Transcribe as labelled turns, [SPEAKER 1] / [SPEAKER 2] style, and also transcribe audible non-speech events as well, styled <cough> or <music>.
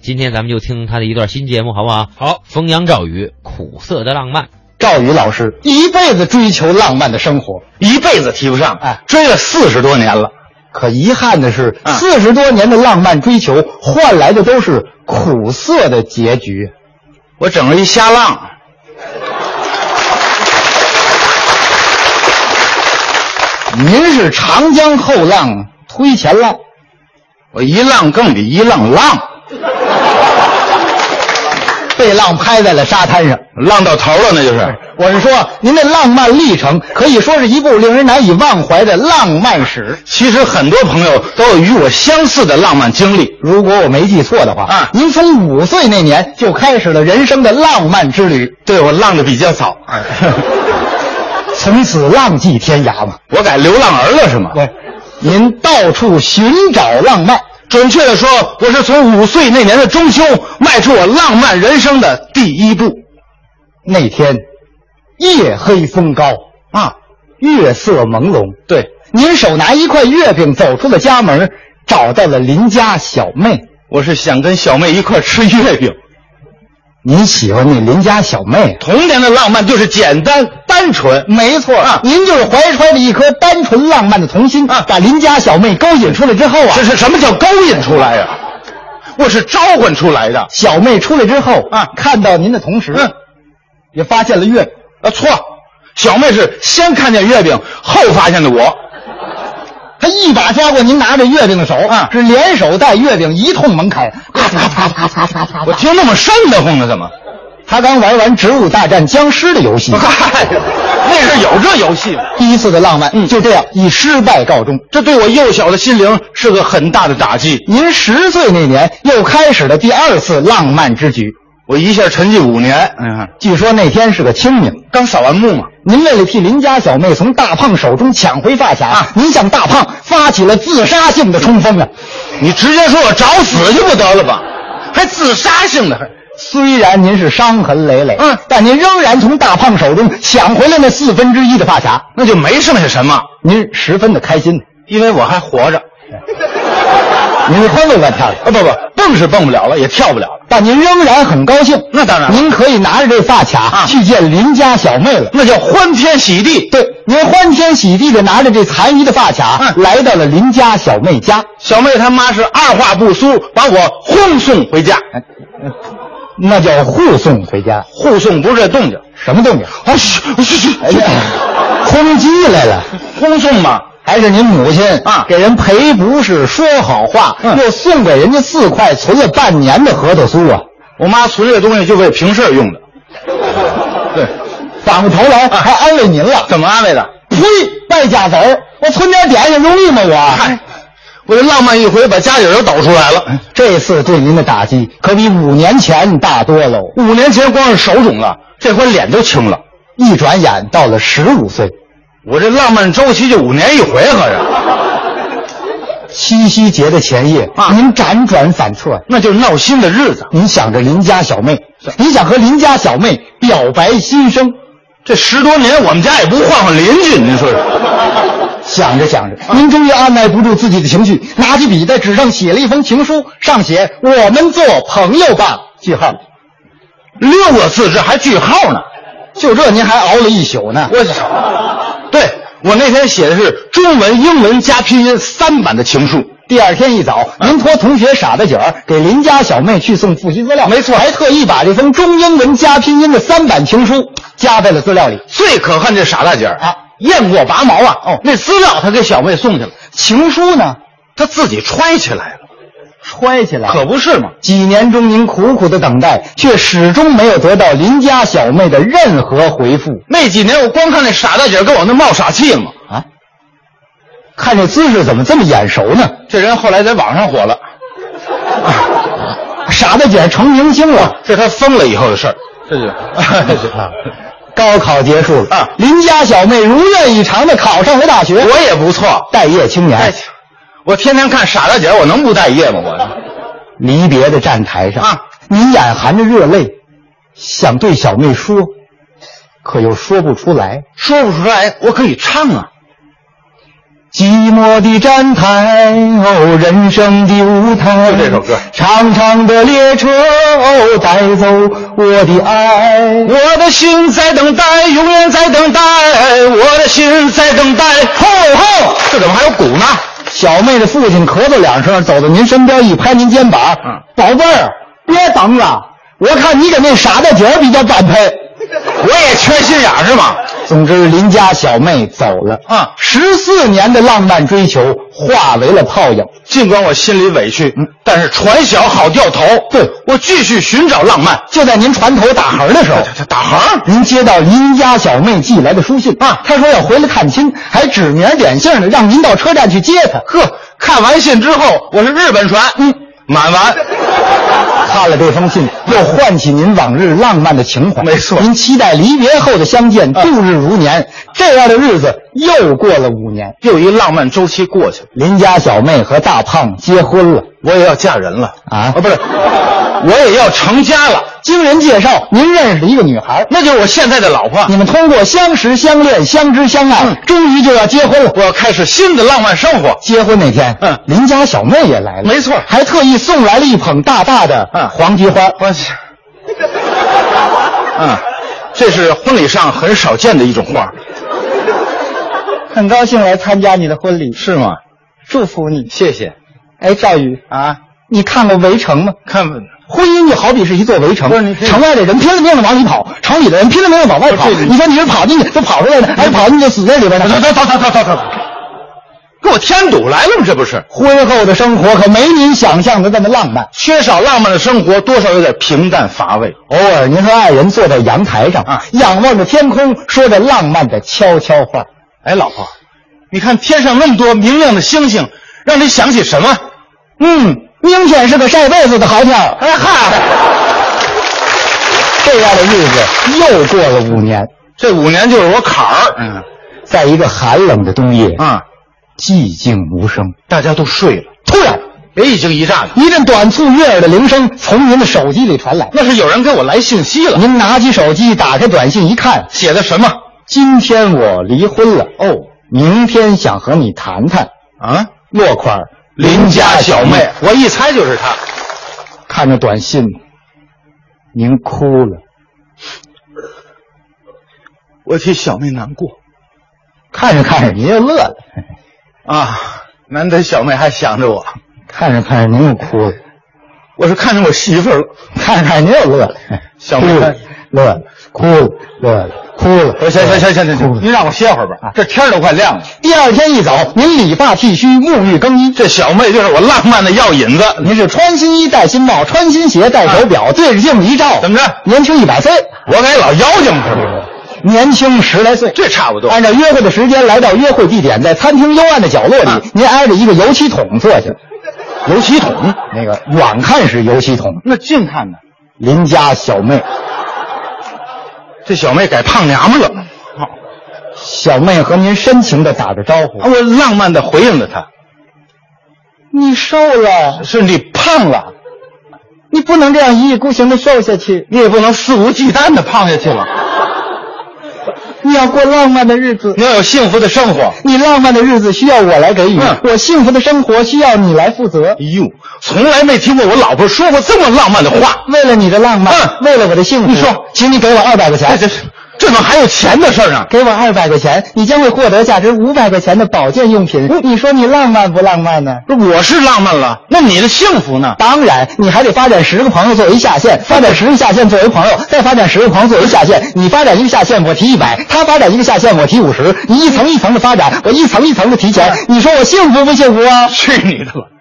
[SPEAKER 1] 今天咱们就听他的一段新节目，好不好？
[SPEAKER 2] 好，
[SPEAKER 1] 冯阳赵宇，苦涩的浪
[SPEAKER 3] <laughs>
[SPEAKER 1] 漫。
[SPEAKER 3] 赵宇老师一辈子追求浪漫的生活，
[SPEAKER 4] 一辈子提不上，
[SPEAKER 3] 哎
[SPEAKER 4] 追了四十多年了，
[SPEAKER 3] 可遗憾的是，
[SPEAKER 4] 啊
[SPEAKER 3] 四十多年的浪漫追求换来的都是苦涩的结局。
[SPEAKER 4] 我整了一瞎浪。
[SPEAKER 3] 您是长江后浪推前浪，
[SPEAKER 4] 我一浪更比一浪浪，
[SPEAKER 3] <laughs> 被浪拍在了沙滩上。
[SPEAKER 4] 浪到头了，那就是。
[SPEAKER 3] 我是说，您的浪漫历程可以说是一部令人难以忘怀的浪漫史。
[SPEAKER 4] 其实很多朋友都有与我相似的浪漫经历，
[SPEAKER 3] 如果我没记错的话，
[SPEAKER 4] 啊
[SPEAKER 3] 您从五岁那年就开始了人生的浪漫之旅，
[SPEAKER 4] 对我浪的比较早，哎，
[SPEAKER 3] <laughs> 从此浪迹天涯嘛。
[SPEAKER 4] 我改流浪儿了是吗？
[SPEAKER 3] 对， <laughs> 您到处寻找浪漫。
[SPEAKER 4] 准确的说，我是从五岁那年的中秋迈出我浪漫人生的第一步。
[SPEAKER 3] 那天夜黑风高啊，月色朦胧。
[SPEAKER 4] 对，
[SPEAKER 3] 您手拿一块月饼走出了家门，找到了邻家小妹。
[SPEAKER 4] 我是想跟小妹一块儿吃月饼。
[SPEAKER 3] 您喜欢那邻家小妹啊？
[SPEAKER 4] 童年的浪漫就是简单单纯，
[SPEAKER 3] 没错
[SPEAKER 4] 啊
[SPEAKER 3] 您就是怀揣着一颗单纯浪漫的童心，
[SPEAKER 4] 啊
[SPEAKER 3] 把邻家小妹勾引出来之后啊，
[SPEAKER 4] 这是什么叫勾引出来呀、我是召唤出来的。
[SPEAKER 3] 小妹出来之后
[SPEAKER 4] 啊
[SPEAKER 3] 看到您的同时，
[SPEAKER 4] 嗯
[SPEAKER 3] 也发现了月饼。
[SPEAKER 4] 啊，错，小妹是先看见月饼，后发现的我。
[SPEAKER 3] 她一把抓过您拿着月饼的手，
[SPEAKER 4] 啊
[SPEAKER 3] 是连手带月饼一通猛砍，咔嚓咔嚓咔嚓咔嚓。
[SPEAKER 4] 我听那么瘆得慌呢，怎么？
[SPEAKER 3] 他刚玩完《植物大战僵尸》的游戏，
[SPEAKER 4] 嗨、那是有这游戏吗？嗯
[SPEAKER 3] 第一次的浪漫、就这样以失败告终。
[SPEAKER 4] 这对我幼小的心灵是个很大的打击。
[SPEAKER 3] 您十岁那年又开始了第二次浪漫之举。
[SPEAKER 4] 我一下沉寂五年，哎呀，
[SPEAKER 3] 据说那天是个清明，
[SPEAKER 4] 刚扫完墓嘛，
[SPEAKER 3] 您为了替邻家小妹从大胖手中抢回发卡，
[SPEAKER 4] 啊
[SPEAKER 3] 您向大胖发起了自杀性的冲锋啊！
[SPEAKER 4] 你直接说我找死就不得了吧？还自杀性的，还
[SPEAKER 3] 虽然您是伤痕累累，
[SPEAKER 4] 嗯
[SPEAKER 3] 但您仍然从大胖手中抢回了那四分之一的发卡，
[SPEAKER 4] 那就没剩下什么，
[SPEAKER 3] 您十分的开心，
[SPEAKER 4] 因为我还活着。
[SPEAKER 3] 您是欢蹦乱跳的。
[SPEAKER 4] 啊，不不，蹦是蹦不了了，也跳不了了，
[SPEAKER 3] 但您仍然很高兴。
[SPEAKER 4] 那当然了
[SPEAKER 3] 您可以拿着这发卡
[SPEAKER 4] 啊
[SPEAKER 3] 去见邻家小妹了。
[SPEAKER 4] 那叫欢天喜地。
[SPEAKER 3] 对，您欢天喜地的拿着这残余的发卡，
[SPEAKER 4] 嗯
[SPEAKER 3] 来到了邻家小妹家。
[SPEAKER 4] 小妹她妈是二话不说把我护送回家，
[SPEAKER 3] 哎那叫护送回家，
[SPEAKER 4] 护送不是这动静，
[SPEAKER 3] 什么动静？
[SPEAKER 4] 啊嘘嘘嘘，
[SPEAKER 3] 哎呀， <laughs> 轰击来
[SPEAKER 4] <laughs>
[SPEAKER 3] 了！
[SPEAKER 4] 护送嘛，
[SPEAKER 3] 还是您母亲
[SPEAKER 4] 啊
[SPEAKER 3] 给人赔不是，说好话，
[SPEAKER 4] 嗯
[SPEAKER 3] 又送给人家四块存了半年的核桃酥啊！
[SPEAKER 4] 我妈存这东西就为平事
[SPEAKER 3] <laughs>
[SPEAKER 4] 儿用的。对，
[SPEAKER 3] 反过头来还安慰您了。
[SPEAKER 4] 怎么安慰的？
[SPEAKER 3] 呸！败家子儿，我存点点也容易吗？我
[SPEAKER 4] 嗨，我这浪漫一回，把家底儿都抖出来了。
[SPEAKER 3] 哎这次对您的打击可比五年前大多喽。
[SPEAKER 4] 五年前光是手肿了，这回脸都青了。
[SPEAKER 3] 一转眼到了十五岁，
[SPEAKER 4] 我这浪漫周期就五年一回，合着
[SPEAKER 3] 七夕节的前夜，
[SPEAKER 4] 啊
[SPEAKER 3] 您辗转反侧，
[SPEAKER 4] 那就是闹心的日子。
[SPEAKER 3] 您想着邻家小妹，你想和邻家小妹表白心声，
[SPEAKER 4] 这十多年，我们家也不换换邻居，您说啊说。
[SPEAKER 3] <laughs> 想着想着，您终于按耐不住自己的情绪，拿起笔在纸上写了一封情书，上写“我们做朋友吧”，句号。
[SPEAKER 4] 六个字，这还句号呢。
[SPEAKER 3] 就这您还熬了一宿呢。
[SPEAKER 4] 我，对我那天写的是中文、英文加拼音三版的情书。
[SPEAKER 3] 第二天一早，
[SPEAKER 4] 嗯
[SPEAKER 3] 您托同学傻大姐儿给邻家小妹去送复习资料，没错，还特意把这封中英文加拼音的三版情书加在了资料里。
[SPEAKER 4] 最可恨这傻大姐儿
[SPEAKER 3] 啊，
[SPEAKER 4] 雁过拔毛啊！哦，那资料她给小妹送去了，
[SPEAKER 3] 情书呢，
[SPEAKER 4] 她自己揣起来了，
[SPEAKER 3] 揣起来
[SPEAKER 4] 可不是嘛？
[SPEAKER 3] 几年中，您苦苦的等待，却始终没有得到邻家小妹的任何回复
[SPEAKER 4] 那几年我光看那傻大姐儿跟我那冒傻气嘛。
[SPEAKER 3] 啊！看这姿势怎么这么眼熟呢？
[SPEAKER 4] 这人后来在网上火了，
[SPEAKER 3] <laughs> 傻大姐成明星了。
[SPEAKER 4] 这他疯了以后的事儿。这
[SPEAKER 3] <laughs>
[SPEAKER 4] 是， <laughs>
[SPEAKER 3] 高考结束了
[SPEAKER 4] 啊
[SPEAKER 3] 邻家小妹如愿以偿的考上了大学，
[SPEAKER 4] 我也不错。
[SPEAKER 3] 待业青
[SPEAKER 4] 哎
[SPEAKER 3] 年。，
[SPEAKER 4] 我天天看傻大姐儿，我能不待业吗？我
[SPEAKER 3] 离别的站台上
[SPEAKER 4] 啊，
[SPEAKER 3] 您眼含着热泪，想对小妹说，可又说不出来。
[SPEAKER 4] 说不出来，我可以唱啊。
[SPEAKER 3] 寂寞的站台，哦，人生的舞台。
[SPEAKER 4] 就这首歌
[SPEAKER 3] 长长的列车，哦，带走我的爱。
[SPEAKER 4] 我的心在等待，永远在等待，我的心在等待。吼吼，这怎么还有鼓呢？
[SPEAKER 3] 小妹的父亲咳嗽两声，走到您身边，一拍您肩膀：“
[SPEAKER 4] 嗯
[SPEAKER 3] 宝贝儿，别等了，我看你给那傻大姐儿比较般配。
[SPEAKER 4] 我也缺心眼儿是吗？”
[SPEAKER 3] 总之，邻家小妹走了，
[SPEAKER 4] 嗯
[SPEAKER 3] 十四年的浪漫追求化为了泡影。嗯
[SPEAKER 4] 尽管我心里委屈，但是船小好掉头。
[SPEAKER 3] 对
[SPEAKER 4] 我继续寻找浪漫。
[SPEAKER 3] 就在您船头打横的时候，
[SPEAKER 4] 这打横，
[SPEAKER 3] 您接到邻家小妹寄来的书信啊，她说要回来探亲，还指名点姓的让您到车站去接她。
[SPEAKER 4] 呵，看完信之后，我是日本船，嗯，
[SPEAKER 3] <laughs>
[SPEAKER 4] 满完。
[SPEAKER 3] 看了这封信，又唤起您往日浪漫的情怀。
[SPEAKER 4] 没错
[SPEAKER 3] 您期待离别后的相见，
[SPEAKER 4] 啊
[SPEAKER 3] 度日如年。这样的日子又过了五年，
[SPEAKER 4] 又一浪漫周期过去了，
[SPEAKER 3] 邻家小妹和大胖结婚了
[SPEAKER 4] 我也要嫁人了
[SPEAKER 3] 啊
[SPEAKER 4] 啊，不是，
[SPEAKER 3] <laughs>
[SPEAKER 4] 我也要成家了，
[SPEAKER 3] 经人介绍，您认识了一个女孩，
[SPEAKER 4] 那就是我现在的老婆。嗯
[SPEAKER 3] 你们通过相识、相恋、相知、相爱，终于就要结婚了。
[SPEAKER 4] 我要开始新的浪漫生活。
[SPEAKER 3] 结婚那天，
[SPEAKER 4] 嗯
[SPEAKER 3] 邻家小妹也来了，
[SPEAKER 4] 没错
[SPEAKER 3] 还特意送来了一捧大大的
[SPEAKER 4] 嗯
[SPEAKER 3] 黄菊花。
[SPEAKER 4] 我去， <laughs> 嗯，这是婚礼上很少见的一种花，
[SPEAKER 3] 很高兴来参加你的婚礼，
[SPEAKER 4] 是吗？
[SPEAKER 3] 祝福你。
[SPEAKER 4] 谢谢
[SPEAKER 3] 哎，赵宇，
[SPEAKER 4] 啊，
[SPEAKER 3] 你看过《围城》吗？
[SPEAKER 4] 看
[SPEAKER 3] 婚姻就好比是一座围城
[SPEAKER 4] 不是你，听
[SPEAKER 3] 城外的人拼了命的往里跑，城里的人拼了命的往外跑。
[SPEAKER 4] 不是
[SPEAKER 3] 你说你是跑进去就跑出来的，还是跑进去就死在里边
[SPEAKER 4] 走
[SPEAKER 3] 呢？
[SPEAKER 4] 走走走走走走，给我添堵来了吗？这不是
[SPEAKER 3] 婚后的生活可没您想象的那么浪漫。
[SPEAKER 4] 缺少浪漫的生活，多少有点平淡乏味。
[SPEAKER 3] 偶尔，您和爱人坐在阳台上，
[SPEAKER 4] 啊
[SPEAKER 3] 仰望着天空，说着浪漫的悄悄话。
[SPEAKER 4] 哎，老婆，你看天上那么多明亮的星星，让你想起什么？
[SPEAKER 3] 嗯，明天是个晒被子的好天儿。
[SPEAKER 4] 哎嗨，
[SPEAKER 3] 这样的日子又过了五年，
[SPEAKER 4] 这五年就是我坎儿。嗯
[SPEAKER 3] 在一个寒冷的冬夜，
[SPEAKER 4] 啊，
[SPEAKER 3] 寂静无声。
[SPEAKER 4] 大家都睡了，
[SPEAKER 3] 突然，
[SPEAKER 4] 也已经一炸了。
[SPEAKER 3] 一阵短促悦耳的铃声从您的手机里传来。
[SPEAKER 4] 那是有人给我来信息了，
[SPEAKER 3] 您拿起手机，打开短信一看，
[SPEAKER 4] 写的什么？
[SPEAKER 3] 今天我离婚了哦，明天想和你谈谈。
[SPEAKER 4] 啊，
[SPEAKER 3] 落款儿
[SPEAKER 4] 邻家小妹，我一猜就是她。
[SPEAKER 3] 看着短信，您哭了。
[SPEAKER 4] 我替小妹难过
[SPEAKER 3] 看着看着，您又乐了；
[SPEAKER 4] 啊，难得小妹还想着我，
[SPEAKER 3] 看着看着，您又哭了；
[SPEAKER 4] 我是看着我媳妇儿了。
[SPEAKER 3] 看着看着，您又乐了。
[SPEAKER 4] 小
[SPEAKER 3] 哭
[SPEAKER 4] 妹
[SPEAKER 3] 了，乐了，哭了，乐了，哭了。
[SPEAKER 4] 我行行行行行
[SPEAKER 3] 哭了啊
[SPEAKER 4] 行，您让我歇会儿吧，这天儿都快亮了。
[SPEAKER 3] 第二天一早，您理发剃须，沐浴更衣。
[SPEAKER 4] 这小妹就是我浪漫的药引子，啊
[SPEAKER 3] 您是穿新衣戴新帽，穿新鞋戴手表，对着镜子一照，
[SPEAKER 4] 怎么着？
[SPEAKER 3] 年轻一百岁，
[SPEAKER 4] 我给老妖精是不是？
[SPEAKER 3] 年轻十来岁。
[SPEAKER 4] 这差不多。
[SPEAKER 3] 按照约会的时间来到约会地点，在餐厅幽暗的角落里，
[SPEAKER 4] 啊
[SPEAKER 3] 您挨着一个油漆桶坐下。油漆桶，那个远看是油漆桶，
[SPEAKER 4] 那近看呢？
[SPEAKER 3] 邻家小妹，
[SPEAKER 4] 这小妹改胖娘们
[SPEAKER 3] <laughs>
[SPEAKER 4] 了，
[SPEAKER 3] 小妹和您深情地打着招呼。
[SPEAKER 4] 我浪漫的回应了她，
[SPEAKER 3] 你瘦了，
[SPEAKER 4] 是你胖了，
[SPEAKER 3] 你不能这样一意孤行的瘦下去，
[SPEAKER 4] 你也不能肆无忌惮的胖下去了，
[SPEAKER 3] 你要过浪漫的日子。
[SPEAKER 4] <laughs> 你要有幸福的生活。
[SPEAKER 3] 你浪漫的日子需要我来给予，
[SPEAKER 4] 嗯
[SPEAKER 3] 我幸福的生活需要你来负责。
[SPEAKER 4] 哎呦，从来没听过我老婆说过这么浪漫的话。
[SPEAKER 3] 为了你的浪漫，
[SPEAKER 4] 嗯
[SPEAKER 3] 为了我的幸福，
[SPEAKER 4] 你说
[SPEAKER 3] 请你给我二百块
[SPEAKER 4] 哎，
[SPEAKER 3] 钱，
[SPEAKER 4] 这这怎么还有钱的事儿呢？
[SPEAKER 3] 给我二百块钱，你将会获得价值五百块钱的保健用
[SPEAKER 4] 嗯
[SPEAKER 3] 品。你说你浪漫不浪漫呢？
[SPEAKER 4] 不是我是浪漫了，那你的幸福呢？
[SPEAKER 3] 当然，你还得发展十个朋友作为下线，发展十个下线作为朋友，再发展十个朋友作为下线。你发展一个下线，我提一百；他发展一个下线，我
[SPEAKER 4] <laughs>
[SPEAKER 3] 提五十。你一层一层的发展，我一层一层的提钱。你说我幸福不幸福啊？
[SPEAKER 4] 去你的吧！